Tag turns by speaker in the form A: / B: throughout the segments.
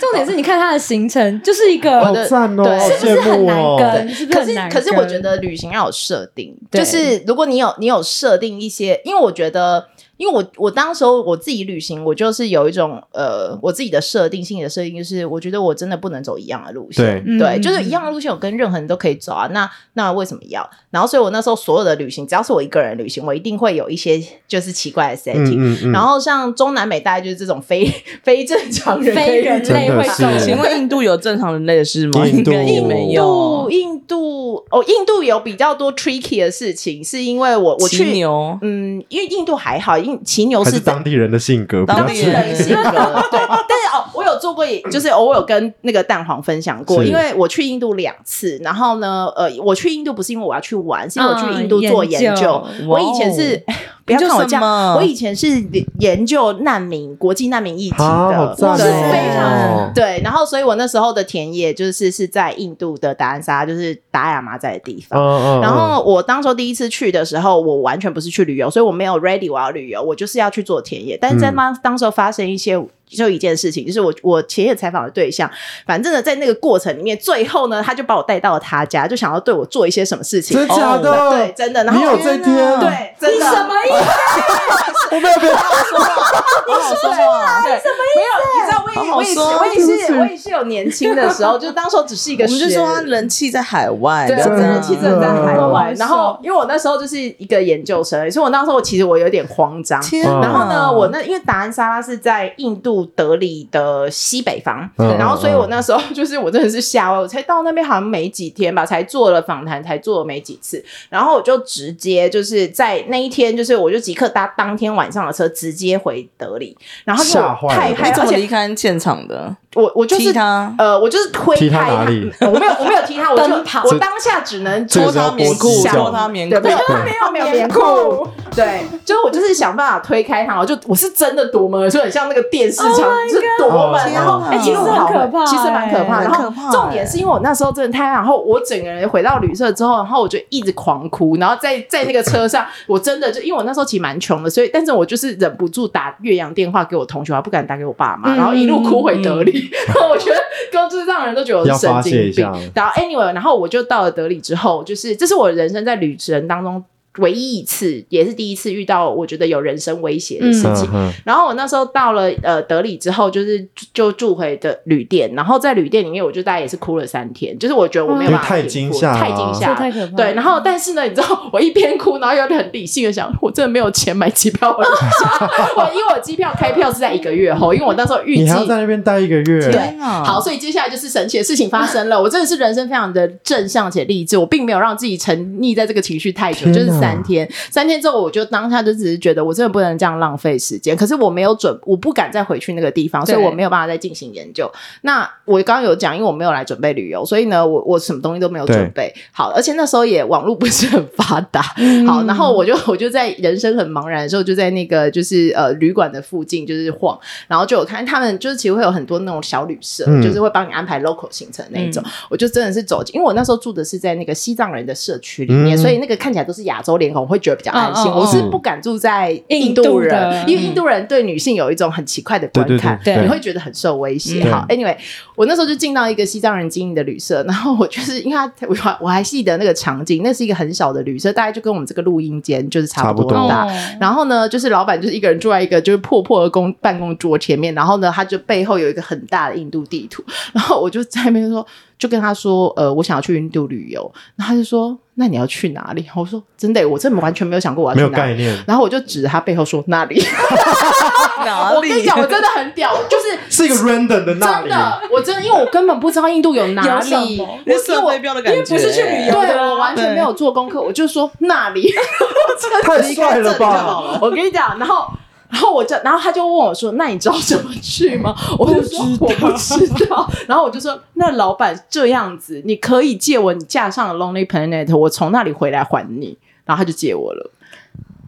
A: 重点是你看他的行程，就是一个
B: 好赞哦，
C: 对
B: 好
A: 是不
B: 羡
A: 是很
B: 慕
A: 难
B: 哦。
A: 跟？是不是
C: 可
A: 很
C: 是
A: 难
C: 可是我觉
A: 跟
C: 得旅行要有设定，
A: 对
C: 就是如果你有你有设定一些，因为我觉得，因为我我当时候我自己旅行，我就是有一种呃我自己的设定，心理的设定就是，我觉得我真的不能走一样的路线。
B: 对，
A: 嗯
C: 对，就是一样的路线，我跟任何人都可以走啊。那那为什么要？然后，所以我那时候所有的旅行，只要是我一个人旅行，我一定会有一些就是奇怪的 setting。
B: 嗯嗯
C: 然后像中南美，大概就是这种非 非正常人、
A: 非人类会走
B: 真的是
D: 请问印度有正常人类的事吗？
B: 印度
D: 应该也没有
C: 度。印度哦，印度有比较多 tricky 的事情，是因为我我
D: 骑
C: 去
D: 牛，
C: 嗯，因为印度还好，印骑牛
B: 还
C: 是
B: 是
C: 在
B: 当地人的性格，比
D: 当
B: 较
D: 地
B: 是
D: 人
C: 性格 对，但是哦，我有做过也，就是偶尔跟那个蛋黄分享过，
B: 是
C: 因为我去印度两次，然后呢，呃，我去印度不是因为我要去玩，是因为我去
D: 啊
A: 嗯
C: 印度做研
A: 研
C: 究。
A: 究
C: 我以前是， 不要看我这
D: 哦研究什
C: 样，
D: 么
C: 我以前是研究难民、国际难民议题
B: 啊，
C: 的
B: 好，赞
A: 我是非
B: 哦
A: 常！
C: 对，然后所以我那时候的田野就是是在印度的达兰萨拉，就是达雅马在的地
B: 嗯
C: 方。
B: 嗯，
C: 然后我当时候第一次去的时候，我完全不是去旅游，所以我没有 ready 我要旅游，我就是要去做田野。但是
B: 嗯
C: 在当当时候发生一些。就一件事情，就是我我田野采访的对象，反正呢，在那个过程里面，最后呢，他就把我带到了他家，就想要对我做一些什么事情。
B: 真假的？
C: 对，真的。然后
B: 你有这一天？，啊
C: 对，真
A: 你
C: 的。
A: 什么意思？
B: 我没有被
C: 我好说话，对，没有，你知道我也我也是我也是我也是有年轻的时候，就当时候只是一
D: 我
C: 个，
D: 们就说他。人气在海外，
C: 对，
D: 不
C: 我
D: 要这样
C: 人气真的在海外
A: 嗯。
C: 然后，因为我那时候就是一个研究生，所以我那时候其实我有点慌张。
D: 天
B: 嗯
D: 哪，
C: 然后呢，我那因为达安沙拉是在印度德里的西北方，
B: 嗯
C: 然后
B: 嗯
C: 所以
B: 嗯
C: 我那时候就是我真的是吓歪，我才到那边好像没几天吧，才做了访谈，才做了没几次，然后我就直接就是在那一天，就是我就即刻搭当天晚上的车直接回德里，然后因为我
B: 吓坏
C: 太
B: 了
C: 害怕，
D: 你怎
C: 而
D: 么离
C: 且
D: 开现场的？
C: 我我就是
D: 踢他
C: 呃，我就是推
B: 踢
C: 开
B: 他哪里
C: 嗯我没有我没有踢他，我 就
A: 奔跑
C: 我当下只能
B: 这个
D: 脱
B: 时候
D: 他棉
B: 国
D: 裤，
B: 际
D: 脱他棉裤
C: 对，，没有
B: 对
C: 没有没有棉裤，对，就是我就是想办法推开它，我就我是真的夺门，就很像那个电视墙
A: Oh my
C: 就是夺门，
B: God
C: 然后
D: 天哪
C: 哎其实
A: 很可怕
C: 其实蛮可怕的。
D: 哎
C: 然后
D: 很可怕
C: 重点是因为我那时候真的太害怕，然后我整个人回到旅社之后，然后我就一直狂哭，然后在在那个车上，我真的就因为我那时候其实蛮穷的，所以但是我就是忍不住打岳阳电话给我同学，我还不敢打给我爸妈，
A: 嗯
C: 然后一路哭回德里， 然后我觉得跟就是让人都觉得我是
B: 要发
C: 神
B: 泄
C: 经
B: 一下哦
C: 病。然后 anyway，然后我就到了德里之后，就是这是我人生在旅程当中唯一一次，也是第一次遇到我觉得有人身威胁的事情。
B: 嗯
C: 然后我那时候到了呃德里之后，就是就就住回的旅店，然后在旅店里面，我就大概也是哭了三天，就是我觉得我没
B: 因
C: 有
B: 为
C: 办法
B: 太
C: 平复
B: 惊吓
C: 太
B: 了
C: 惊
B: 啊
C: 吓
A: 这
C: 了，
A: 太可怕了。
C: 对，然后但是呢，你知道我一边哭，然后又很理性的想，我真的没有钱买机票回家， 我因为我机票开票是在一个月后，因为我那时候预计
B: 你还要在那边待一个月，
C: 对
D: 天哪
C: 好，所以接下来就是神奇的事情发 生了。我真的是人生非常的正向且励志，我并没有让自己沉溺在这个情绪太久，
B: 天
C: 就是
B: 哪
C: 三天。三天之后，我就当下就只是觉得我真的不能这样浪费时间。可是我没有准，我不敢再回去那个地方，所以
A: 对
C: 我没有办法再进行研究。那我刚刚有讲，因为我没有来准备旅游，所以呢，我我什么东西都没有准备好，而且那时候也网络不是很发 达，
B: 嗯
C: 好，然后我就我就在人生很茫然的时候，就在那个就是呃旅馆的附近就是晃，然后就有看他们就是其实会有很多那种小旅社，
B: 嗯
C: 就是会帮你安排 local 行程那一种。我就真的是走进，因为我那时候住的是在那个西藏人的社区里面，
B: 嗯
C: 所以那个看起来都是亚洲脸孔，我会觉得比较安心。
A: 嗯嗯嗯
C: 我是不敢住在印度
A: 印度
C: 人，
A: 的
C: 因为印度人对女性有一种很奇怪的观看，
A: 对
B: 对
A: 对
C: 你会觉得很受威胁。
B: 嗯
C: 好，anyway，我那时候就进到一个西藏人经营的旅社， 然后我就是因为他， 我还我还记得那个场景，那是一个很小的旅社，大概就跟我们这个录音间就是差不多
B: 差不多
C: 大。
A: 哦
C: 然后呢，就是老板就是一个人坐在一个就是破破的公办公桌前面，然后呢，他就背后有一个很大的印度地图，然后我就在那边说，就跟他说，呃，我想要去印度旅游，然后他就说，那你要去哪里？我说真的耶，我真的完全没有想过我要
B: 没有
C: 去哪
B: 概
C: 里。
B: 念，
C: 然后我就指着他背后说那里，
D: 哪
C: 我跟你
D: 里？
C: 讲，我真的很屌，我就是
B: 是一个 random 的那
C: 真
B: 里，
C: 的，我真的，因为我根本不知道印度有哪
A: 有什
C: 里，
A: 么啊
D: 那是
C: 我
D: 微标的感觉，
A: 不是去旅游
C: 对我完全没有做功课，我就说那里，
B: 太帅了
C: 这里就好
B: 吧！
C: 了我跟你讲，然后。然后我就，然后他就问我说：“那你知道怎么去吗？”我就说：“我不知道。”然后我就说：“那老板这样子，你可以借我你架上的 Lonely Planet，我从那里回来还你。”然后他就借我了。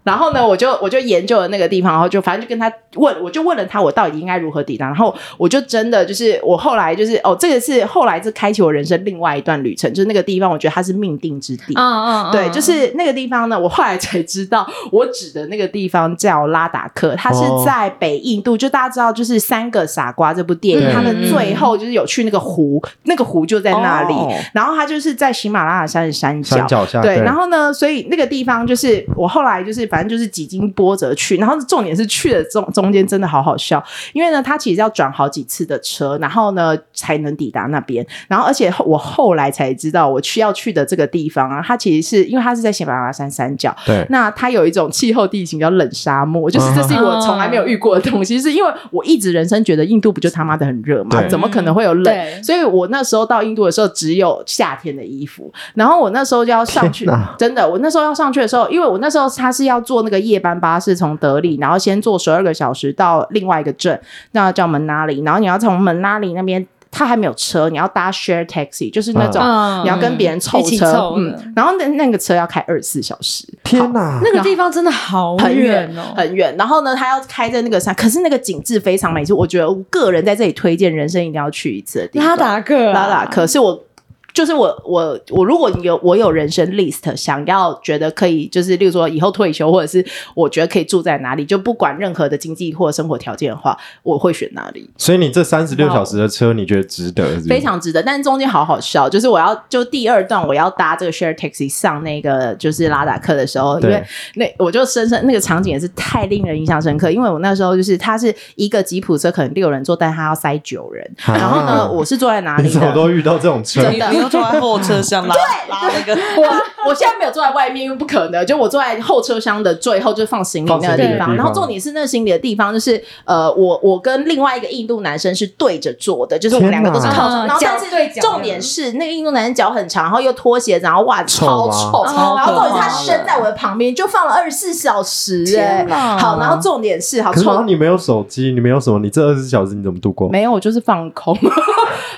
C: 然后呢，我就我就研究了那个地方，然后就反正就跟他问，我就问了他我到底应该如何抵达。然后我就真的就是我后来就是哦，这个是后来是开启我人生另外一段旅程，就是那个地方我觉得它是命定之地。
A: 嗯嗯，
C: 对，就是那个地方呢，我后来才知道，我指的那个地方叫拉达克，它是
B: 哦
C: 在北印度，就大家知道，就是《三个傻瓜》这部电影，
B: 对
C: 他们最后就是有去那个湖，那个湖就在那里，
D: 哦
C: 然后它就是在喜马拉雅山的山脚
B: 山。脚下
C: 对，然后呢？所以那个地方就是我后来就是反正就是几经波折去，然后重点是去的中中间真的好好笑，因为呢，他其实要转好几次的车，然后呢才能抵达那边。然后，而且后我后来才知道，我去要去的这个地方啊，它其实是因为它是在喜马拉雅山山脚，
B: 对
C: 那它有一种气候地形叫冷沙漠，就是这是我从来没有遇过的东西。是因为我一直人生觉得印度不就他妈的很热嘛，
B: 对
C: 怎么可能会有冷？
A: 对
C: 所以我那时候到印度的时候只有夏天的衣服，然后我那时候就要上去
B: 天哪，
C: 真的，我那时候要上去的时候，因为我那时候他是要坐那个夜班巴士从德里，然后先坐十二个小时到另外一个镇，那叫门拉里，然后你要从门拉里那边。他还没有车，你要搭 share taxi，就是那种、
A: 嗯
C: 你要跟别人凑
A: 一起
C: 车，
A: 凑的
C: 嗯，然后那那个车要开二十四小时，
B: 天哪，
A: 那个地方真的好
C: 很
A: 远哦，
C: 很远。然后呢，他要开在那个山，可是那个景致非常美，是我觉得我个人在这里推荐人生一定要去一次的地方。
A: 拉达克啊，
C: 拉达克是我。就是我我我，如果你有我有人生 list，想要觉得可以，就是例如说以后退休，或者是我觉得可以住在哪里，就不管任何的经济或生活条件的话，我会选哪里。
B: 所以你这三十六小时的车，你觉得值得？是不是
C: 非常值得。但是中间好好笑，就是我要就第二段我要搭这个 share taxi 上那个就是拉达克的时候，因
B: 对
C: 为那我就深深那个场景也是太令人印象深刻，因为我那时候就是它是一个吉普车可能六人坐，但它要塞九人，
B: 啊
C: 然后呢我是坐在哪
B: 你
C: 里
B: 怎么
C: 的？
B: 都遇到这种车？
D: 你你又坐在后车厢拉拉那个，
C: 我我现在没有坐在外面，因为不可能。就我坐在后车厢的最后，就是放行李那个
B: 放
A: 行李的
B: 地
C: 地方。
B: 方
C: 然后重点是那行李的地方，就是呃，我我跟另外一个印度男生是对着坐的，就是我们两个都是
B: 天
A: 哪
C: 靠着。然后但
A: 嗯脚对
C: 是
A: 脚
C: 重点是那个印度男生脚很长，然后又拖鞋子，然后袜子超
B: 臭
C: 臭，
D: 吗
C: 然后重点是
D: 超可怕
C: 他
D: 的
C: 伸在我的旁边，就放了二十四小时哎
D: 天。哪
C: 好，然后重点是好
B: 可是然
C: 臭
B: 后。你没有手机，你没有什么，你这二十四小时你怎么度过？
C: 没有，我就是放 空。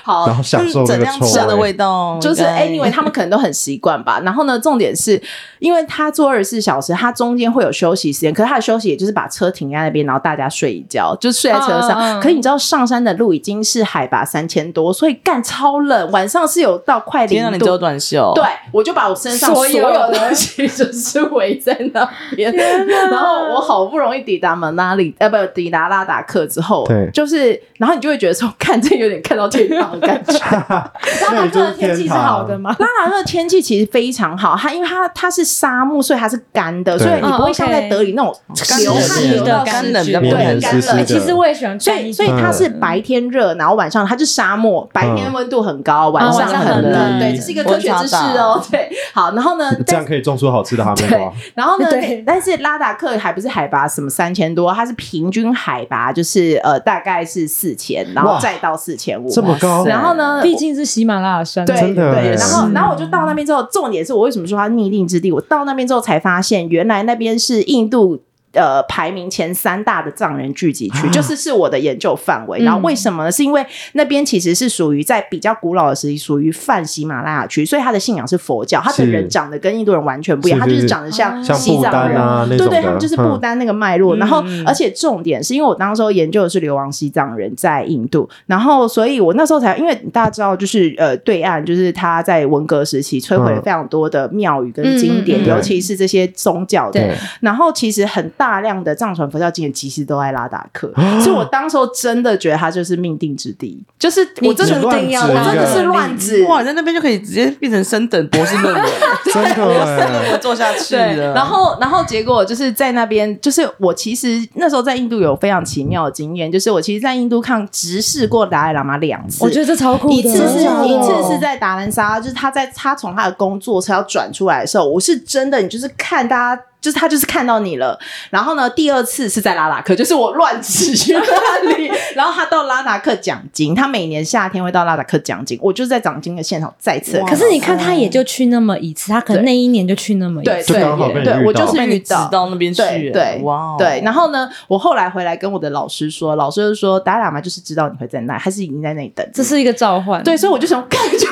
C: 好，
B: 然后享受那
D: 怎
B: 个
D: 样吃的
B: 臭
D: 味道？
C: 就是
D: 应该
C: anyway，他们可能都很习惯吧。然后呢，重点是因为他做二十四小时，他中间会有休息时间，可是他的休息也就是把车停在那边，然后大家睡一觉，就睡在车上。
A: 嗯嗯嗯
C: 可是你知道上山的路已经是海拔三千多，所以干超冷，晚上是有到快
D: 天
C: 零
D: 哪，你只有
C: 度。
D: 短袖，
C: 对，我就把我身上哦所
A: 所有
C: 有
A: 的
C: 东西就是围在那边，然后我好不容易抵达蒙拉里，呃，不，抵达拉达克之后，
B: 对
C: 就是，然后你就会觉得说，看这有点看到天堂的 感觉，
B: 味？
A: 拉达
B: 那你就
A: 克
B: 是
A: 的天气是
B: 天堂
A: 好的吗？
C: 拉达克的天气其实非常好，它因为它它是沙漠，所以它是干的，
B: 对
C: 所以你不会像在
A: 哦，OK
C: 德里那种
D: 干
C: 流汗
A: 湿
C: 流
A: 的
C: 到
A: 干冷
D: 干冷
A: 比
D: 比
A: 较
D: 较
A: 不
C: 不会
B: 黏
C: 很
B: 湿
C: 干
B: 湿的
C: 冷。
A: 哎其实我也喜欢
C: 所
A: 干
C: 以，
A: 一点，
C: 所以
B: 嗯
C: 它是白天热，然后晚上它是沙漠，白天温度很高，哦晚上
A: 晚上
C: 很
A: 很
C: 冷。
A: 冷
C: 对，这是一个科学知识
D: 温
C: 哦。对，好，然后呢，
B: 这
C: 但
B: 样可以种出好吃的哈密瓜。
C: 然后呢
A: 对？
C: 但是拉达克还不是海拔什么三千多，它是平均海拔，就是呃大概是四千，然后
B: 哇
C: 再到四千五。
B: 这么高
D: 哇塞
C: 然后呢？
A: 嗯毕竟是喜马拉雅山，
C: 对
B: 真的
C: 对，
B: 耶
C: 然后
A: 是
C: 然后我就到那边之后，重点是我为什么说它逆境之地？我到那边之后才发现，原来那边是印度。呃，排名前三大的藏人聚集
B: 啊
C: 区，就是是我的研究范围。
A: 嗯
C: 然后为什么呢？是因为那边其实是属于在比较古老的时期，属于泛喜马拉雅区，所以他的信仰是佛教，他的
B: 是
C: 人长得跟印度人完全不一样，
B: 是
C: 他
B: 是
C: 就是
B: 是
C: 长得像
B: 像
C: 西
B: 不
C: 藏
B: 丹
C: 人，
B: 啊那
C: 对
B: 种
C: 对，
B: 的，
C: 他们就是不
B: 嗯
C: 丹那个脉络。然后
D: 嗯，
C: 而且重点是因为我当时候研究的是流亡西藏人在印度，然后所以我那时候才，因为大家知道，就是呃，对岸就是他在文革时期摧毁了
B: 嗯
C: 非常多的庙宇跟经
A: 嗯
C: 典，
A: 嗯嗯
C: 尤其是这些宗教的。
B: 对
C: 然后其实很大量的藏传佛教经典其实都在拉达克，
B: 啊
C: 所以我当时候真的觉得它就是命定之地，就是我真的
B: 你乱指
C: 我真的
B: 一
C: 是
B: 个
C: 乱指，
D: 哇，你在那边就可以直接变成升等博士 论文，
B: 真的哎 耶
D: 我做下去
C: 对，
D: 了。
C: 然后然后结果就是在那边，就是我其实那时候在印度有非常奇妙的经验，就是我其实，在印度看直视过达赖喇嘛两次，
A: 我觉得这超酷的，
C: 一次是
B: 真的哦假的
C: 一次是在达兰萨拉，就是他在他从他的工作车要转出来的时候，我是真的，你就是看大家。就是他就是看到你了，然后呢，第二次是在拉达克，就是我乱指去那里，然后他到拉达克奖金，他每年夏天会到拉达克奖金，我就是在奖金的现场再次看到，
A: 可是你看，
B: 啊
A: 他也就去那么一次，他可能那一年就去那么一
C: 对
A: 次。
B: 就
C: 对
B: 刚好被你
C: 对，
B: 遇
C: 我就是
D: 哦被
C: 遇
D: 你指到那边去
C: 对
D: 了，
C: 对，
D: 哇哦，
C: 对。然后呢，我后来回来跟我的老师说，老师就说达赖喇嘛就是知道你会在那，还是已经在那里等你。
A: 这是一个召唤。
C: 对，所以我就想， 看，就是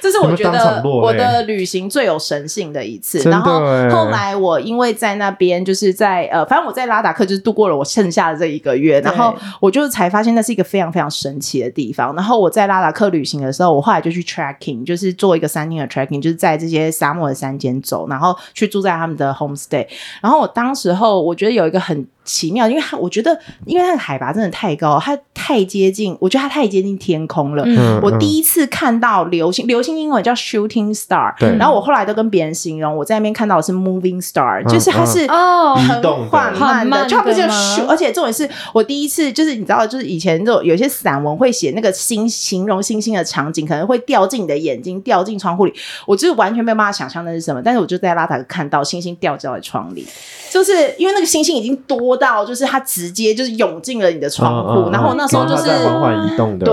C: 这是我
B: 你们
C: 觉
B: 当
C: 得
B: 场落
C: 我
B: 泪
C: 的旅行最有神性的一次。
B: 真的
C: 然后
B: 欸
C: 后来我因为为在那边就是在呃，反正我在拉达克就是度过了我剩下的这一个月，然后我就才发现那是一个非常非常神奇的地方。然后我在拉达克旅行的时候，我后来就去 tracking，就是做一个三天的 tracking，就是在这些沙漠的山间走，然后去住在他们的 homestay。然后我当时候我觉得有一个很奇妙，因为它我觉得因为它的海拔真的太高，它太接近，我觉得它太接近天空了。
A: 嗯
C: 我第一次看到流星，流星英文叫 shooting star，
B: 对
C: 然后我后来都跟别人形容，我在那边看到的是 moving star，、
B: 嗯
C: 就是它是
A: 哦
B: 移
C: 很
B: 动的
C: 缓慢
A: 缓慢的
C: 就它不是
A: 吗
C: shoot，而且重点是我第一次就是你知道，就是以前这种有些散文会写那个星形容星星的场景，可能会掉进你的眼睛，掉进窗户里，我就是完全没有办法想象那是什么，但是我就在拉达克看到星星掉在我的窗里，就是因为那个星星已经多到就是它直接就是涌进了你的窗
B: 嗯
C: 户，
B: 嗯嗯
C: 然后我那时候就
B: 然
C: 是
B: 后它在缓缓移动的，
C: 对。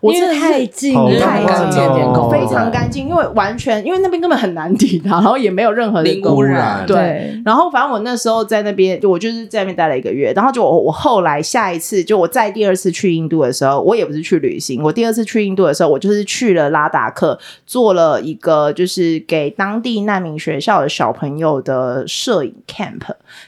C: 我
A: 因
C: 真的
A: 为
C: 是
A: 太近
B: 好
A: 了，
C: 太干净
D: 浪漫
B: 哦
C: 非常干净，因为完全因为那边根本很难抵达，然后也没有任何的
D: 零
C: 公
D: 污
C: 路
D: 染
C: 对。
A: 对，
C: 然后反正我那时候在那边，就我就是在那边待了一个月，然后就我我后来下一次就我再第二次去印度的时候，我也不是去旅行，我第二次去印度的时候，我就是去了拉达克，做了一个就是给当地难民学校的小朋友的摄影 camp，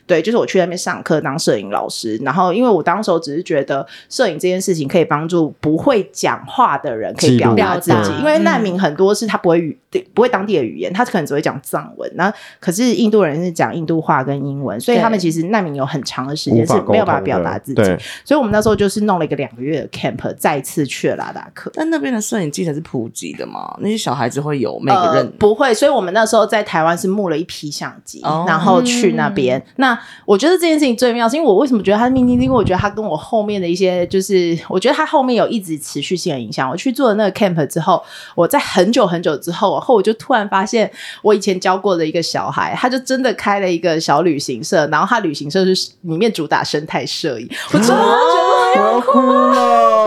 C: 对，就是我去那边上课当摄影老师，然后因为我当时候只是觉得摄影这件事情可以帮助不会讲话的人可以
B: 记
C: 表
B: 录
C: 达自己
A: 表达，嗯
C: 因为难民很多是他不会语、对不会当地的语言，他可能只会讲藏文，然后可是印度人是讲印度话跟英文，所以他们
A: 对
C: 其实难民有很长的时
B: 无
C: 间是
B: 法沟通的
C: 没有办法表达自己，
B: 对，
C: 所以我们那时候就是弄了一个两个月的 camp，再次去了拉达克。
D: 但那边的摄影器材是普及的嘛？那些小孩子会有每个
C: 呃、
D: 人
C: 不会，所以我们那时候在台湾是募了一批相机，
D: 哦
C: 然后去那边。
A: 嗯
C: 那我觉得这件事情最妙，是因为我为什么觉得它是命定？因为我觉得它跟我后面的一些，就是我觉得它后面有一直持续性的影响。我去做了那个 camp 之后，我在很久很久之后，然后我就突然发现，我以前教过的一个小孩，他就真的开了一个小旅行社，然后他旅行社是里面主打生态摄影，我
A: 哦
C: 真的觉得。
B: 我要哭
D: 在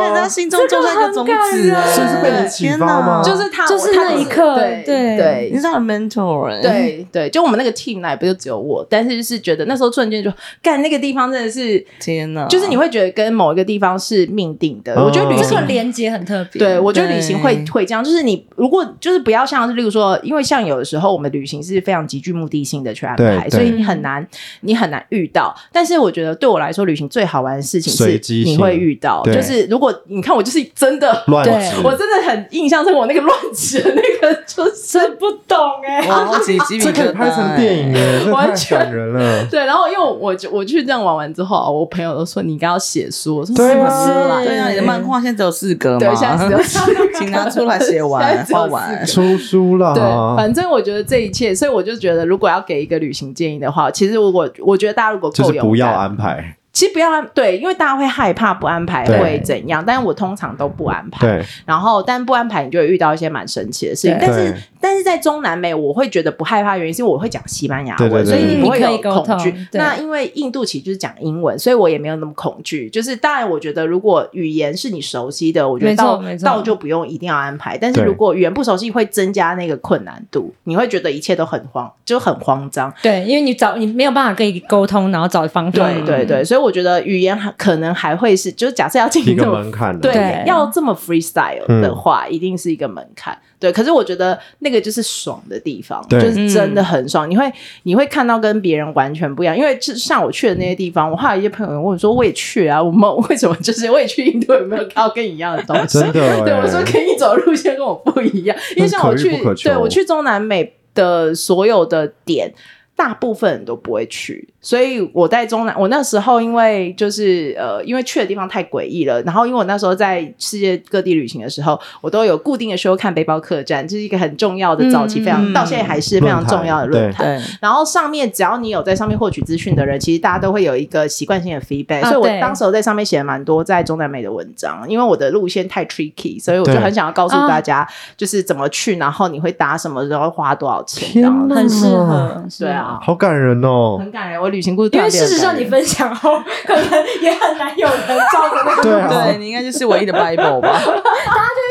B: 了
D: 他。心中种下一个种子
A: 这个很感人
D: 欸，
A: 所以
B: 是被你启发吗
D: 天哪
C: 就是他，
A: 就是
C: 他
A: 那一刻
C: 对
A: 对
C: 对，
D: 你是他的 mentor，欸，
C: 对对，就我们那个 team 来不就只有我，但是就是觉得那时候瞬间就干那个地方真的是，
D: 天哪，
C: 就是你会觉得跟某一个地方是命定的。
B: 啊哦
C: 我觉得旅
A: 这
C: 行
A: 个。连接很特别，
C: 对，我觉得旅行会
D: 对
C: 会这样，就是你如果就是不要像是，例如说，因为像有的时候我们旅行是非常极具目的性的去安
B: 对
C: 排，
B: 对
C: 所以你很难你很难遇到。但是我觉得对我来说，旅行最好玩的事情
B: 随
C: 是
B: 机性
C: 你会遇到，
B: 对
C: 就是如果你看我就是真的
B: 乱
A: 对
B: 指，
C: 我真的很印象深，我那个乱指的那个就是不懂哎、
D: 哇，好起鸡皮
B: 这可
D: 疙
B: 以
D: 瘩，
B: 拍成电影耶，这
C: 完
B: 太
C: 全
B: 感人了。
C: 对，然后因为我就我去这样玩完之后啊，我朋友都说你应该要写书，我说
B: 对
C: 什么
B: 啊
C: 书啦？
D: 对啊，你的漫画现在只有四格嘛，
C: 对，现在只有四个
D: 请拿出来写
C: 现
D: 完
C: 在只有
D: 画
C: 四
D: 完
C: 个。
B: 出书啦，
C: 对，反正我觉得这一切，所以我就觉得，如果要给一个旅行建议的话，其实如果我觉得大家如果
B: 就
C: 够
B: 是
C: 勇
B: 不要啊
C: 敢，
B: 安排，
C: 其实不要安对，因为大家会害怕不安排
B: 对
C: 会怎样，但是我通常都不安排。
B: 对，
C: 然后但不安排，你就会遇到一些蛮神奇的事情
A: 对。
C: 但是
B: 对
C: 但是在中南美，我会觉得不害怕，原因是我会讲西班牙
B: 对对
C: 文，
B: 对
C: 所以
B: 对
C: 你不会
A: 你可
C: 有
A: 以沟
C: 恐
A: 通
C: 惧。
A: 对
C: 那因为印度其实就是讲英文，所以我也没有那么恐惧。就是当然，我觉得如果语言是你熟悉的，我觉得
A: 没错
C: 到
A: 没错
C: 到就不用一定要安排。但是
B: 对
C: 如果语言不熟悉，会增加那个困难度，你会觉得一切都很慌，就很慌张。
A: 对，因为你找你没有办法可以沟通，然后找方法，
C: 对对对，所以我觉得语言还可能还会是，就是假设要进
B: 一
C: 行这
B: 个
C: 种
B: 门槛啊，
C: 对，
A: 对
C: 要这么 freestyle
B: 嗯
C: 的话，一定是一个门槛。对，可是我觉得那个就是爽的地方，
B: 对
C: 就是真的很爽。你会你会看到跟别人完全不一样，因为就像我去的那些地方，我后来一些朋友问我说，我也去啊，我们 为什么就是我也去印度，有没有看到跟你一样的东西？
B: 真的哎耶，
C: 对，我说跟你走的路线跟我不一样，因为像我去
B: 可遇不可，求
C: 对我去中南美的所有的点。大部分人都不会去，所以我在中南，我那时候因为就是呃，因为去的地方太诡异了，然后因为我那时候在世界各地旅行的时候，我都有固定的时候看背包客栈，这、是一个很重要的早期非常、
D: 嗯
C: 到现在还是非常
B: 论坛
C: 重要的论坛。
D: 对，
C: 然后上面只要你有在上面获取资讯的人，其实大家都会有一个习惯性的 feedback、
A: 啊
C: 所以我
A: 对
C: 当时候在上面写了蛮多在中南美的文章，因为我的路线太 tricky，所以我就
B: 对
C: 很想要告诉
A: 嗯
C: 大家，就是怎么去，然后你会搭什么，然后花多少钱，这
B: 天
C: 样
B: 哪
C: 子
A: 很适合，
B: 嗯
A: 很适合
C: 对。啊。
B: 好感人哦，
C: 很感人，我旅行故事突
A: 因
C: 然
A: 为
C: 变得
A: 事实上，
C: 很
A: 你
C: 感人
A: 分享后， 可能也很难有人照着那个
B: 对啊，
D: 对你应该就是唯一的 Bible 吧？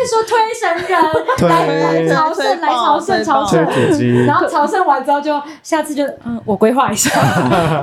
A: 会说推神 人，
B: 推
A: 来来朝圣，来朝圣，朝
B: 吹
A: 圣。
B: 土机
A: 然，后朝圣完之后就，下次就嗯，我规划一下，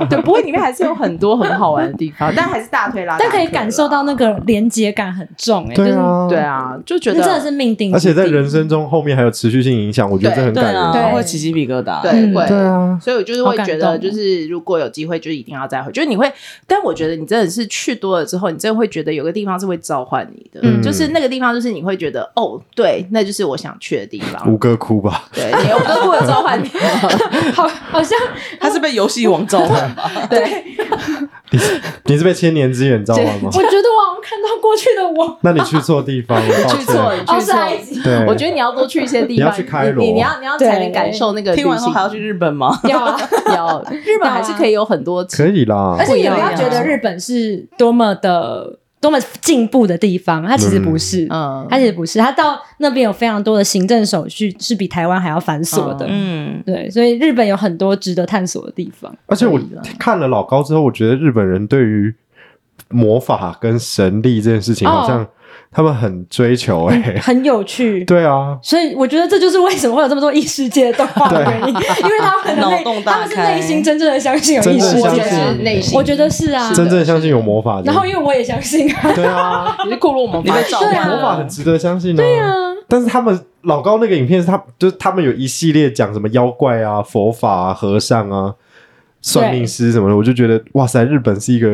C: 对，不过里面还是有很多很好玩的地 方，但还是大推拉，
A: 但可以感受到那个连接感很重哎、
B: 对啊，
C: 对，啊，就觉
A: 就是
C: 得
A: 那真的是命定之地，
B: 而且在人生中后面还有持续性影响，我觉得这很
D: 对
B: 感
D: 啊，
B: 人。
A: 对
D: 会起鸡皮疙瘩。
C: 对
A: 嗯
C: 会
B: 对啊，
C: 所以我就是
A: 好
C: 会
A: 感
C: 觉得，
A: 动
C: 就是如果有机会，就一定要再回。就是你会，但我觉得你真的是去多了之后，你真的会觉得有个地方是会召唤你的，
A: 嗯
C: 就是那个地方，就是你会觉得哦，对，那就是我想去的地
B: 吴
C: 方。
B: 哥哭吧，
C: 对，你我都会召唤你，
A: 好好 像
D: 他是被游戏王召唤吧？
B: 你是被千年之眼召唤吗？
A: 我觉得我好像看到过去的 我，
B: 那你去错地方了，抱
C: 去错，
B: 歉。
C: 你
A: 哦
C: 去
A: 是
C: 错
A: 埃。及，
B: 对，
C: 我觉得你要多去一些地
B: 你要
C: 方，
B: 去开罗
C: 你你你要你要才能
A: 对
C: 感受那个旅行。
D: 听完后还要去日本吗？
A: 要啊，
C: 要日本还是可以有很多
B: 可以啦
A: 而。且也不
C: 不一
A: 要
C: 样
A: 觉得日本是多么的多么进步的地方，它其实不是，
C: 嗯
A: 它其实不是，它到那边有非常多的行政手续是比台湾还要繁琐的。
D: 嗯，
A: 对，所以日本有很多值得探索的地方。
B: 而且我
C: 可以啦
B: 看了老高之后，我觉得日本人对于魔法跟神力这件事情，
A: 哦
B: 好像他们很追求哎。
A: 很有趣。
B: 对啊，
A: 所以我觉得这就是为什么会有这么多异世界动画的 原因，因为他们的内
D: 脑洞大
A: 他
D: 开
A: 们是内心真正的相信有异世
B: 真正
C: 我
B: 相
A: 界
C: 觉得
B: 信
A: 啊，
C: 是内心，
A: 我觉得是啊。
B: 真正相信有魔法的。
A: 然后因为我也相信啊，
B: 对 啊，
C: 你是过入我们
D: 你被
C: 法
D: 召
A: 对啊
D: 唤
B: 魔法很
D: 了。
B: 值得相信啊。对
A: 啊，
B: 但是他们老高那个影片是他，就是他们有一系列讲什么妖怪啊、佛法啊、和尚啊、算命师什么的，我就觉得哇塞，日本是一个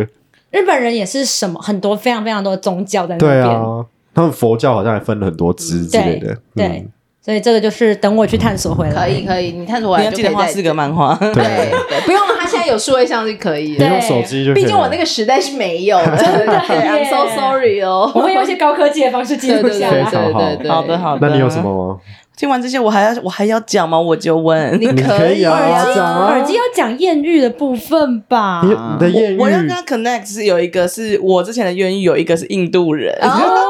A: 日本人也是什么很多非常非常多的宗教在那
B: 对
A: 边，
B: 啊，他们佛教好像还分了很多支之类的，嗯
A: 对，所以这个就是等我去探索回
C: 可
A: 来。
C: 以可以，你探索完
D: 你要记得
C: 就可以
D: 画
C: 再
D: 四个漫画，
B: 嗯、
C: 对
B: 对。
C: 对，不用了，他现在有数位相是可以
B: 你
C: 的。
A: 对
B: 用手机就可以
C: 毕
B: 了。
C: 竟我那个时代是没 有的，对
A: 耶
C: ，I'm so sorry 哦。
A: 我会用一些高科技的方式记
C: 对
A: 录
C: 对对
A: 下
C: 对
A: 来。
B: 非常好
C: 对对，
D: 好的好的。
B: 那你有什？么吗？
D: 听完这些，我还要我还要讲吗？我就问，
C: 你
B: 你
C: 可
B: 可
C: 以
B: 以
C: 啊
B: 啊，讲啊，
A: 耳机要讲艳遇的部分吧
B: 你，你的艳遇
D: 啊我我要跟他 connect 是有一个是我之前的冤狱，有一个是印度人，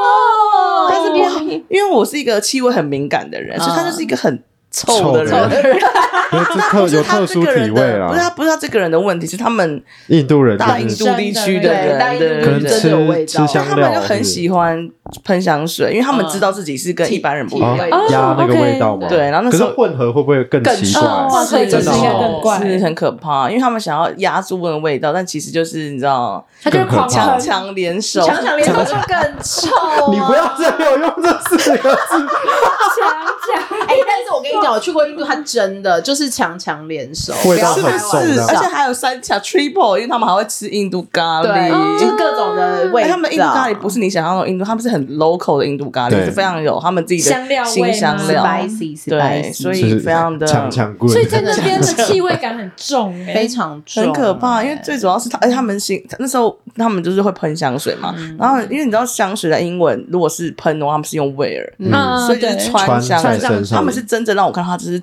C: 哦
D: 但是
C: 不
D: 我因为我是一个气味很敏感的人，所以他就是一个很臭的
B: 臭
D: 人。
B: 的 因为这
D: 不
B: 特
D: 是
B: 有
D: 他
B: 特
D: 这
B: 殊
D: 个
B: 体
D: 人
B: 味
D: 的，
B: 啦
D: 不是，他不是他这个人的问题，是他们
B: 印度人
D: 大
B: 就
D: 印
B: 是
D: 度地区的
C: 对大印
D: 人
C: 度
D: 的
B: 可能
C: 真的有味
B: 吃
C: 道
B: 吃香
D: 他
B: 料啊
D: 们就很喜欢喷香水，因为他们知道自己是跟一般人不一
B: 啊
D: 样。
A: 哦
B: 压那个
A: OK
B: 味道嘛。
D: 对，然后那
B: 可
D: 时
B: 是
D: 候
B: 混合会不会更
C: 更
B: 奇
C: 臭
B: 怪？
A: 哇所以这
D: 是
A: 哦
B: 哦
A: 是应该更怪，
D: 是很可怕，因为他们想要压住那个味道，但其实就是你知道
A: 他就是狂
B: 更可
D: 强
A: 喷，
D: 强联手，
C: 强强联手就更臭啊。
B: 你不要再给我用这四个字，
A: 强
C: 哎， 但是我跟你讲，我去过印度，它真的就是强强联手，
B: 味道
C: 不
D: 是
B: 很
C: 要
D: 不
C: 开玩笑
B: 重
D: 是？而且还有三强 triple，因为他们还会吃印度咖
C: 对，
D: 喱，
C: 就是各种的味
D: 嗯哎
C: 道。
D: 他们印度咖喱不是你想象那种印度，他们是很 local 的印度咖喱，
B: 对
D: 是非常有他们自己的
A: 香料味
D: 新
A: 吗
D: 香料，
C: spicy，
D: 对，
C: spicy，
D: 所
B: 就
D: 以
B: 是
D: 非常的
B: 强强棍，
A: 所以在那边的气味感很重哎、
C: 非常重，
D: 很可怕，
A: 欸
D: 因为最主要是他，而且他们新那时候他们就是会喷香水嘛，
A: 嗯
D: 然后因为你知道香水在英文如果是喷的话，他们是用 wear，、
A: 嗯
D: 所以就是
A: 对
D: 穿香
B: 穿在
D: 水
B: 身，上
D: 他们是真正让我看到他就是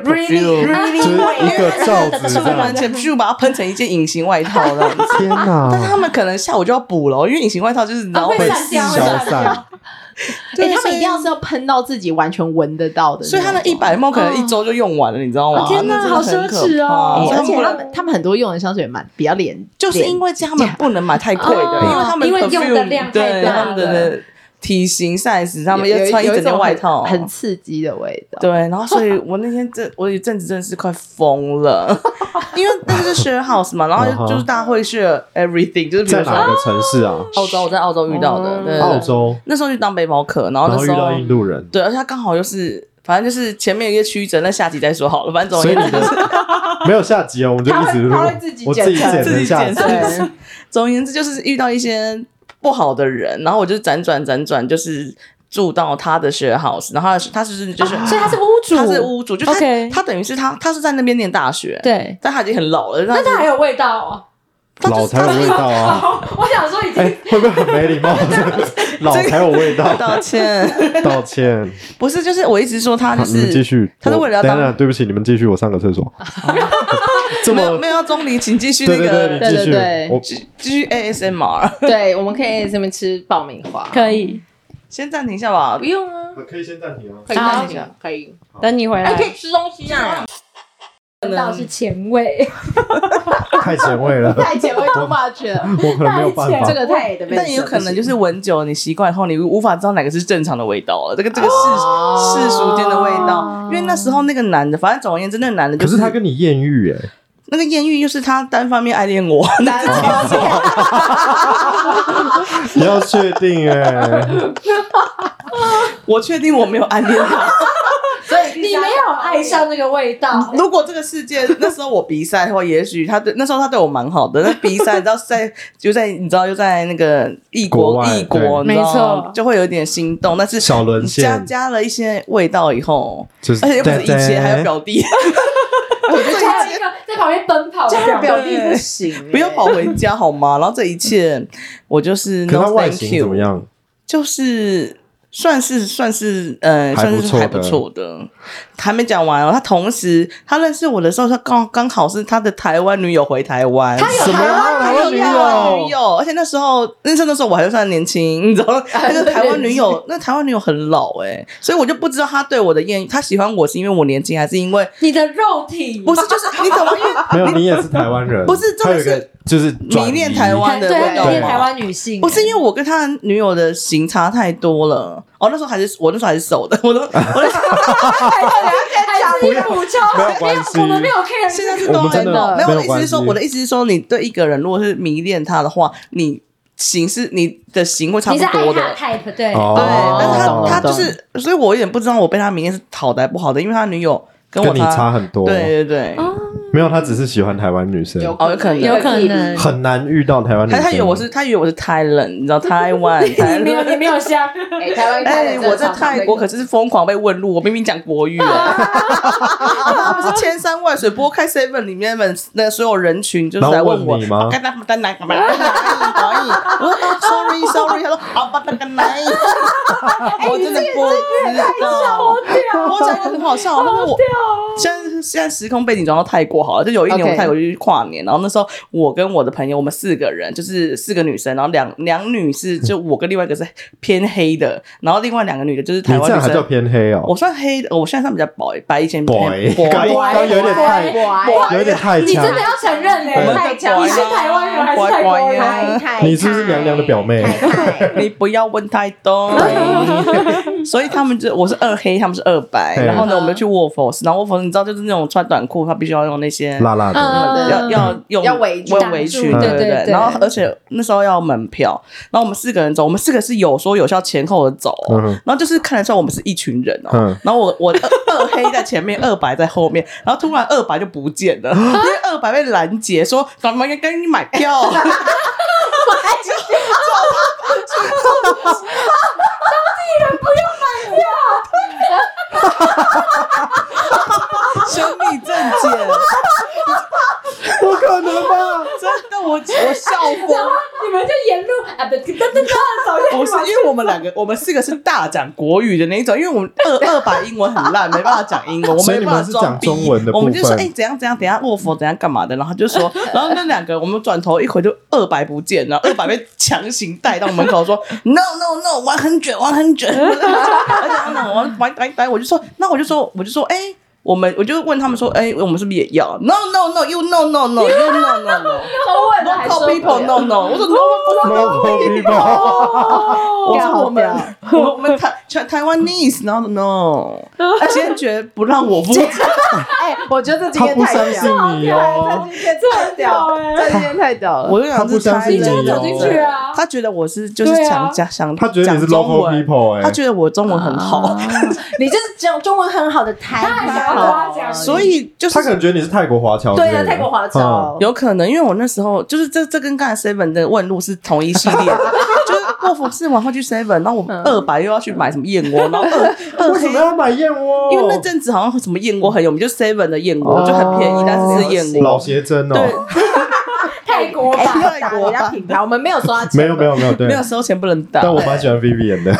A: Really？
D: perfume，
B: 就是一个罩子
A: 什
B: 这
A: 么
D: 喷
B: 样
D: 完。全 perfume 把它喷成一件隐形外套这样子。
B: 天啊
D: 但是
B: 哪，
D: 他们可能下午就要补了哦，因为隐形外套就是然
A: 啊
D: 后
A: 会
B: 被
A: 散掉，会
B: 消
A: 散
B: 散
A: 掉。。
C: 对、哎他们一定要是要喷到自己完全闻得到的那种，
D: 所以他那一百梦可能一周就用完了，你知道吗？
A: 啊天哪
D: 哦那真的很可
A: 好奢侈哦
D: 怕
C: 哎。而且
D: 他
C: 他
D: 们
C: 们他们很多用的香水蛮比较廉，
D: 就是因
C: 为
D: 为这样，他们不能买太贵的，
A: 哦
D: 因为他们
A: 因为用的
D: perfume，
A: 量太
D: 对
A: 大了
D: 他们的体型 size，他们要穿一整件外套，啊
C: 很刺激的味道。
D: 对，然后所以我那天真，我有一阵子真的是快疯了，因为那个是 share house 嘛，然
B: 嗯
D: 后
B: 哼
D: 就是大家会 share everything，就是比
B: 在
D: 如
B: 哪
D: 说呃
B: 个城市啊？
D: 澳洲，我在澳洲遇到的，
C: 哦
D: 对，对对
B: 澳洲，
D: 那时候去当背包客，然后
B: 然
D: 那
B: 后遇
D: 时候
B: 到印度人，
D: 对，而且他刚好又是，反正就是前面有一个曲折，那下集再说好了。反正总
B: 所
D: 而
B: 以
D: 言
B: 你
D: 之，
B: 的 没有下集哦，我们就一直录
C: 他会他会自己，
B: 我 自己
C: 剪成
B: 剪成下
D: 自己
B: 集
D: 剪成。
C: 对，
D: 总而言之就是遇到一些不好的人，然后我就辗转辗转，就是住到他的 share house，然后他的他是就是、
A: 啊所以他是屋主，
D: 他是屋主，就他
A: OK
D: 他等于是他他是在那边念大学，，
A: 对，
D: 但他已经很老了，
A: 但
D: 但
A: 是 还有味道哦。
D: 他就是
B: 老才有味道啊！
A: 我想说已经、
B: 哎，会不会很没礼 貌？老才有味道，
D: 道歉，
B: 道歉。
D: 不是就是我一直说他
B: 好
D: 就
B: 你们
D: 是
B: 继续。
D: 他是
B: 我
D: 为了要
B: 等
D: 当哦
B: 等，对不起，你们继续，我上个 厕所。这
D: 没有
B: 么
D: 没有要钟离，请继续那
B: 对对对，
D: 个
B: 你继续
C: 对对对。
B: 我
D: 继继续 ASMR，
C: 对，我们可以在这边吃爆米花，
A: 可以
D: 先暂停一下吧
C: 不，用啊，
B: 可以先暂停啊。
C: 可以
A: 好
D: 哎
C: 暂停，可以，
A: 等你回来。
C: 以吃东西啊。
A: 到是前卫，
B: 太前卫 了，
C: 太前卫无法去了，
B: 我可能没有办
A: 太
B: 法
A: 前。
C: 这个太 advanced
D: 但也有可能就是闻久，你习惯以后，你无法知道哪个是正常的味道了。这个这个世、
C: 哦
D: 世俗间的味道，因为那时候那个男的，反正总而言之，那个男的
B: 可
D: 就是
B: 他跟你艳遇哎、
D: 那个艳遇，就是他单方面爱恋我，
C: 男的
B: 你要确定哎、
D: 我确定我没有暗恋他。
C: 所以
A: 你没有爱上那个味道，
D: 如果这个世界那时候我鼻塞的话，也许他对那时候他对我蛮好的。那鼻塞，你知道是在就在你知道又在那个异
B: 国
D: 国
B: 外
D: 异国，
A: 对
D: 你知道
A: 没错
D: 就会有点心动。但是
B: 小沦
D: 加
B: 陷，
D: 加了一些味道以后，
B: 就是
D: 而且又不是以前，还有
B: 对
D: 表弟，
A: 就还有一个在旁边奔跑的表
C: 表
A: 弟，
C: 弟不行欸，
D: 不要跑回家好吗？然后这一切，我就是
B: 可
D: no
B: 他外
D: thank
B: 形怎么
D: you，
B: 样？
D: 就是算是算是呃，
B: 还
D: 算
B: 不
D: 是
B: 错的
D: 还不错的。还没讲完哦，他同时他认识我的时候，他刚刚好是他的台湾女友回台湾，
A: 他有
B: 什么啊？台湾女
D: 台湾女
B: 友？
D: 友，而且那时候那时候那时候我还算年轻，你知 道，那个台湾女友，那台湾女友很老哎、所以我就不知道他对我的艳遇，他喜欢我是因为我年轻，还是因为
A: 你的肉体
D: 不是就是你怎么因为
B: 没有，你也是台湾人，
D: 啊不是重
B: 他有一
D: 点是
B: 个就是转移
D: 迷恋台湾
A: 对
D: 的
A: 对
D: 味道
A: 你
B: 对
A: 是
D: 吗？
A: 台湾女性，
D: 不哦是因为我跟他女友的型差太多了，哦，那时候还是我那时候还是熟的， 我都我那时候
A: 还是补充，
B: 没有关系
A: 我们没有 care
D: 现在是
B: 我
D: 都
B: 们真的
D: 没有
B: 没
D: 我的
B: 有
D: 意思
B: 关
D: 是
B: 系
D: 说，我的意思是说，你对一个人如果是迷恋他的话，你型是你的型会差
A: 你
D: 不
A: 是爱
D: 多的，
A: 他 type 对，
B: 哦
D: 对，但
C: 懂
D: 是他他
C: 懂
D: 就是，所以我有点不知道我被他迷恋是好的还不好的，因为他女友跟我
B: 跟你差很多，
D: 对对对，
A: 哦
B: 没有，他只是喜欢台湾女生，
D: 哦有可能
A: 有可能
B: 很难遇到台湾女
D: 他
B: 生。
D: 他以为我是他以为我是 Thailand，你 知道台湾台
A: 你没有你没有像，
C: 哎台湾
D: 哎，我在
C: 在
D: 泰国可是疯狂被问路，我明明讲国语、哎他们是千山万水拨开 Seven 里面的那所有人群，就是来问我，
B: 然后问你吗
D: 干嘛干嘛干嘛干嘛干嘛我说 Sorry Sorry，他说好吧，干嘛？我真的不知道，我讲一个很好笑，那个我现
B: 哦
D: 在现在时空背景转到泰国好了，就有一年
C: OK
D: 我泰国就去跨年然后那时候我跟我的朋友，我们四个人就是四个女生，然后两两女是就我跟另外一个是偏黑的，然后另外两个女的就是
B: 你
D: 台
B: 这
D: 湾
B: 样
D: 女
B: 还叫
D: 生。
B: 偏黑哎哦
D: 我算黑的，我现在算比较薄，白以前
B: Boy
D: 薄
B: 刚刚有点太
C: 乖
B: 有点太
A: 你真的
B: 呛。
A: 要承认
D: 我们
A: 哎，
C: 太强
A: 你是台湾人还
D: 啊
A: 是泰国人？
C: 太太，
B: 你是不是娘娘的表妹
C: 太太
D: 你不要问太多。所以他们就我是二黑，他们是二 白。
B: 嗯
D: 然后呢，我们就去卧佛寺，然后卧佛寺你知道就是那种穿短裤，他必须要用那些
B: 辣辣的，
A: 嗯
D: 要要用
C: 要围
D: 围
A: 挡
D: 围
A: 住
D: 裙，
B: 对
D: 对
A: 对
D: 对。
A: 对
D: 然后而且那时候要门票，然后我们四个人走，我们四个是有说有笑前后的走哦，
B: 嗯
D: 然后就是看得出来我们是一群人哦。
B: 嗯
D: 然后我 我二二黑在前面，二白在后面，然后突然二白就不见
B: 啊
D: 了，因为二白被拦截说怎么跟你买 票。生理正解，
B: 不可能吧？
D: 真的我我笑疯
A: 然后你们就沿路啊，不，噔噔噔，走下
D: 不是，因为我们两个，我们四个是大讲国语的那一种，因为我们二二百英文很烂，没办法讲英文，我
B: 所以
D: 没
B: 你
D: 办
B: 们
D: 法
B: 是
D: 装
B: 讲
D: 逼。
B: 中文的
D: 我
B: 部
D: 们就说，哎、
B: 分，
D: 怎样怎样，等一下卧佛怎样干嘛的，然后他就说，然后那两个，我们转头一回就二百不见了，二百被强行带到门口说，no no no，玩很卷，玩很卷，而且那玩玩玩玩，我就说，那我就说，我就说，哎、我们我就问他们说，哎、我们是不是也要？No no no，you no no no，you no no no，no
A: 头尾还
D: call
A: 说
D: people no no，我说 no no no，我哦说我们
C: 好屌
D: 我我们台台台湾 nice，然后 no，他坚决不让 我付钱，
C: 哎，我觉得这今
B: 他
C: 天
B: 不相
C: 太
B: 信
C: 屌，
B: 你哦。
C: 今天太屌了，这今天太屌了。
D: 我就想是
B: 他不相信
A: 你
B: 哦
D: 拆了
A: 就走进去啊
D: 他觉得我是就是
A: 对啊
D: 想讲想，
B: 他觉得你是
D: 讲中
B: local
D: 文
B: people 哎、
D: 他觉得我中文很好，
C: 哦你就是讲中文很好的台哦
A: 他还想要
C: 好，
A: 夸奖你，
D: 所以就是
B: 他可能觉得你是泰国华侨之类
C: 对
B: 的，
C: 啊，泰国华侨。
D: 有可能，因为我那时候就是这这跟刚才 Seven 的问路是同一系列 的，就是卧佛寺完后去 Seven，然后我二白又要去买什么燕窝，然后二
B: 嗯。
D: 二
B: 为什
D: 黑
B: 么。要买燕窝？
D: 因为那阵子好像什么燕窝很有名，就 Seven 的燕窝、
B: 哦
D: 就很便宜，但是是燕
B: 老
D: 窝。
B: 邪真哦，
D: 对，
A: 泰国
C: 哎，不
A: 吧，
C: 要打人家品牌，我们没有说他
B: 没有没有没有，对
D: 没，有收钱不能打。
B: 但我蛮喜欢 Vivian 的，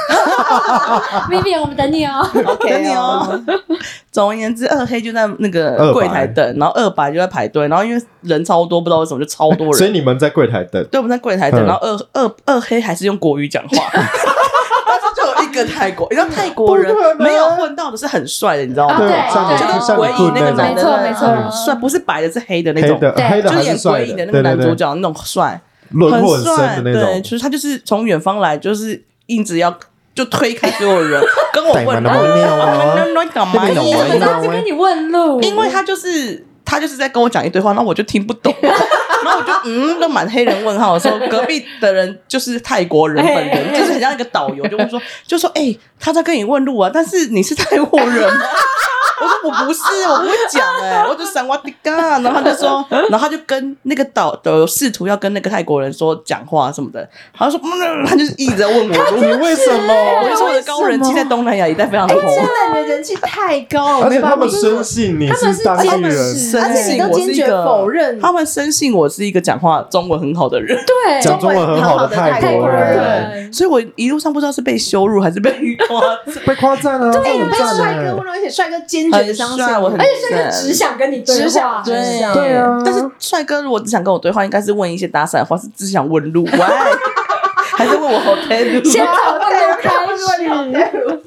A: Vivian，我们等你哦。
D: 等你
C: 哦。
D: 哦。 总而言之，二黑就在那
B: 二
D: 个
B: 白
D: 柜台等，然后二白就在排队，然后因为人超多，不知道为什么就超多
B: 所以
D: 人。
B: 你们在柜台等，
D: 对，我们在柜台等，
B: 嗯
D: 然后二二二黑还是用国语讲话，但是就有一个泰 国，你知道泰国人
B: 不可能
D: 没有混到的是很帅的，你知道吗？
B: 哦对，
A: 对
B: 像
A: 对
B: 你
D: 啊就是
B: 像
D: 鬼
B: 你啊
D: 影
B: 棍
D: 那个
B: 种
D: 男的，
A: 没错没错
D: 帅不是白的，是黑的那
B: 黑
D: 种，
B: 的
A: 对
B: 黑的
D: 就
B: 还
D: 是演
B: 是
D: 鬼
B: 帅
D: 影的
B: 的
D: 那个男主
B: 对对对
D: 角那种帅，
B: 轮廓
D: 很
B: 很深的那
D: 对，
B: 种
D: 就，是他 就是从远方来，就是硬直要就推开所有人，跟我
B: 带满
D: 问
B: 了猫尿啊
D: 那，那干嘛
B: 那边有
A: 我
B: 玩
A: 怎么
B: 意呢
A: 这样子跟你问路？
D: 因为他就是他就是在跟我讲一堆话，那我就听不 懂，然后我就嗯，那满黑人问号的时候，隔壁的人就是泰国人本人，就是很像一个导游，就问说， 就说哎、他在跟你问路啊，但是你是泰国人吗？ 我说我不是，我不会讲哎、我就想我的嘎，然后他就说，然后他就跟那个导导游试图要跟那个泰国人说讲话什么的，他就说，嗯，他就是一直在问我路，
B: 你为什
D: 我
B: 么？
D: 就说我的高人气在东南亚一带非常的 红。
C: 的人人气太高
B: 而且他们深信你是当地
A: 他们
B: 人，
A: 是
D: 深
C: 而且
D: 信
C: 你都
D: 我是
C: 坚
D: 一
C: 决
D: 个
C: 否认
D: 他们深信我是一个讲话中文很好的人，
A: 对
B: 讲中文很好的泰
A: 泰
B: 国
A: 国
B: 人，
A: 人，
D: 所以我一路上不知道是被羞辱还是被夸赞。
B: 被夸赞啊，
C: 哎，你
B: 很
C: 被帅哥
B: 赞欸
C: 问了，而且帅哥坚决
D: 很
C: 地相信
D: 帅，我很
A: 而且帅哥只想跟你对话
C: 只想
A: 对
C: 只想
D: 对
B: 啊
D: 但是帅哥如果只想跟我对话，应该是问一些搭讪的话，是只想 问路，喂，还是问我 hotel，
A: 先从
C: 对
A: 那个开
C: 对
A: 始，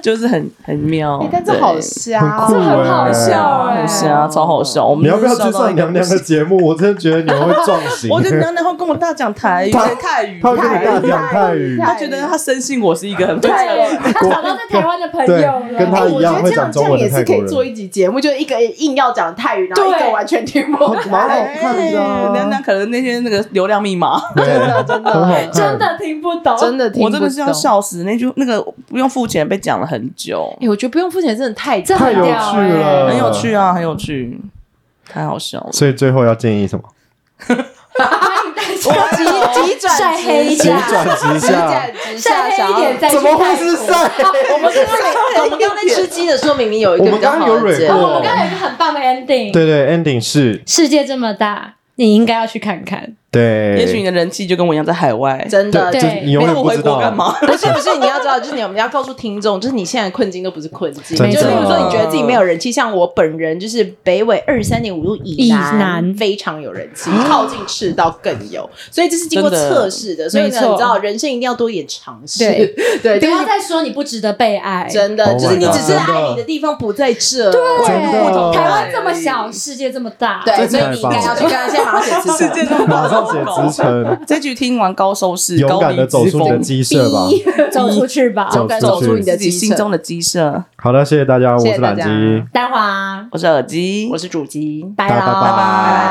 D: 就是很很妙
C: 哎，，但这好
D: 对啊
C: 瞎
B: 很酷
A: 这
C: 哦，
A: 很好笑
B: 欸
A: 哎，
D: 很瞎，超好笑。我们
B: 你要不要去
D: 笑到
B: 上
D: 一个
B: 娘娘的节目？我真的觉得你们会撞型。
D: 我觉得娘娘会跟我大讲台语、
B: 他
D: 泰语，
B: 他会跟你大讲泰
C: 泰
B: 语
C: 语，
D: 他觉得他深信我是一个很会讲
A: 哎对，他找到在台湾的朋友
B: 对
A: 了，
B: 跟他
C: 哎
B: 一
C: 我
B: 样
C: 觉得
B: 会
C: 这
B: 讲
C: 样这
B: 中
C: 样
B: 文的
C: 也
B: 泰
C: 是可
B: 国
C: 以
B: 人
C: 做一集节目，就一个硬要讲泰语，然后一个
A: 对
C: 完全听不懂。
B: 蛮好看的啊
D: 哎，娘娘可能那些那个流量密码，
B: 对，真
C: 的
B: 很好看，
A: 真的听不懂，
C: 真的听
D: 我
C: 不
D: 真
C: 懂，
D: 的是要。笑死。那句那个不用付钱被讲了很久，
B: 嗯
C: 哎，我觉得不用付钱真的太
A: 这
B: 太
A: 很
B: 有
A: 屌
B: 趣
A: 欸
B: 了，
D: 很有趣。啊，很有趣，太好笑了。
B: 所以最后要建议什么？
A: 欢迎大家
C: 急急转
A: 晒黑一
B: 急
A: 下，
B: 转直
C: 直下
B: 下，
C: 直下
A: 晒黑一点再去
B: 怎么会是
A: 泰国
B: 晒？
C: 我们刚刚我们刚刚在吃鸡的时候，明明有一个
B: 我们刚刚有蕊
C: 蕊
B: 过
A: 哦，我们刚才有一个很棒的 ending。
B: 对对，ending 是
A: 世界这么大，你应该要去看看。
B: 对，
D: 也许你的人气就跟我一样在海外，
C: 真的
B: 对，就
A: 对
B: 是你永
D: 那
B: 远
D: 我
B: 不
D: 回
B: 知
D: 国
B: 道
D: 干嘛？
C: 不是不是，你要知道，就是你我们要告诉听众，就是你现在困境都不是困境，就
B: 真
C: 例
B: 的
C: 如说你觉得自己没有人气，像我本人就是北纬二三点五度
A: 以
C: 以
A: 南
C: 非常有人气，
B: 啊
C: 靠近赤道更有，所以这是经过
D: 真的
C: 测试的，所以呢，
A: 没
C: 你
A: 错
C: 知道人生一定要多一点尝试，
A: 对
C: 对，
A: 不
C: 就
A: 要
C: 是
A: 再说你不值得被爱。
C: 真的，
B: Oh my
C: 就是你
B: God，
C: 只是
B: 真的
C: 爱你的地方不在这，
A: 对，
B: 真的
A: 台湾这么小，世界这么大。
B: 这
C: 对，所以
B: 太
C: 你应
B: 棒
C: 该
B: 了
C: 要去看，现在马上写辞
D: 世
C: 呈
D: 界这么大
B: 马上写职称，
D: 这句听完高收视，
B: 勇
D: 高
B: 敢
D: 离
B: 的走
D: 之
B: 出你的
D: 风，
B: 鸡舍吧。
A: 走出去吧，
B: 走
C: 敢走出你的
D: 自己
C: 鸡
D: 心
C: 舍
D: 中的鸡舍。
B: 好的，谢谢大家，我
C: 谢谢
B: 是懒
C: 大家
B: 鸡，
A: 待会儿啊，
D: 我是耳机，
C: 我是主机，
A: 拜
B: 大家
A: 了，
B: 拜拜。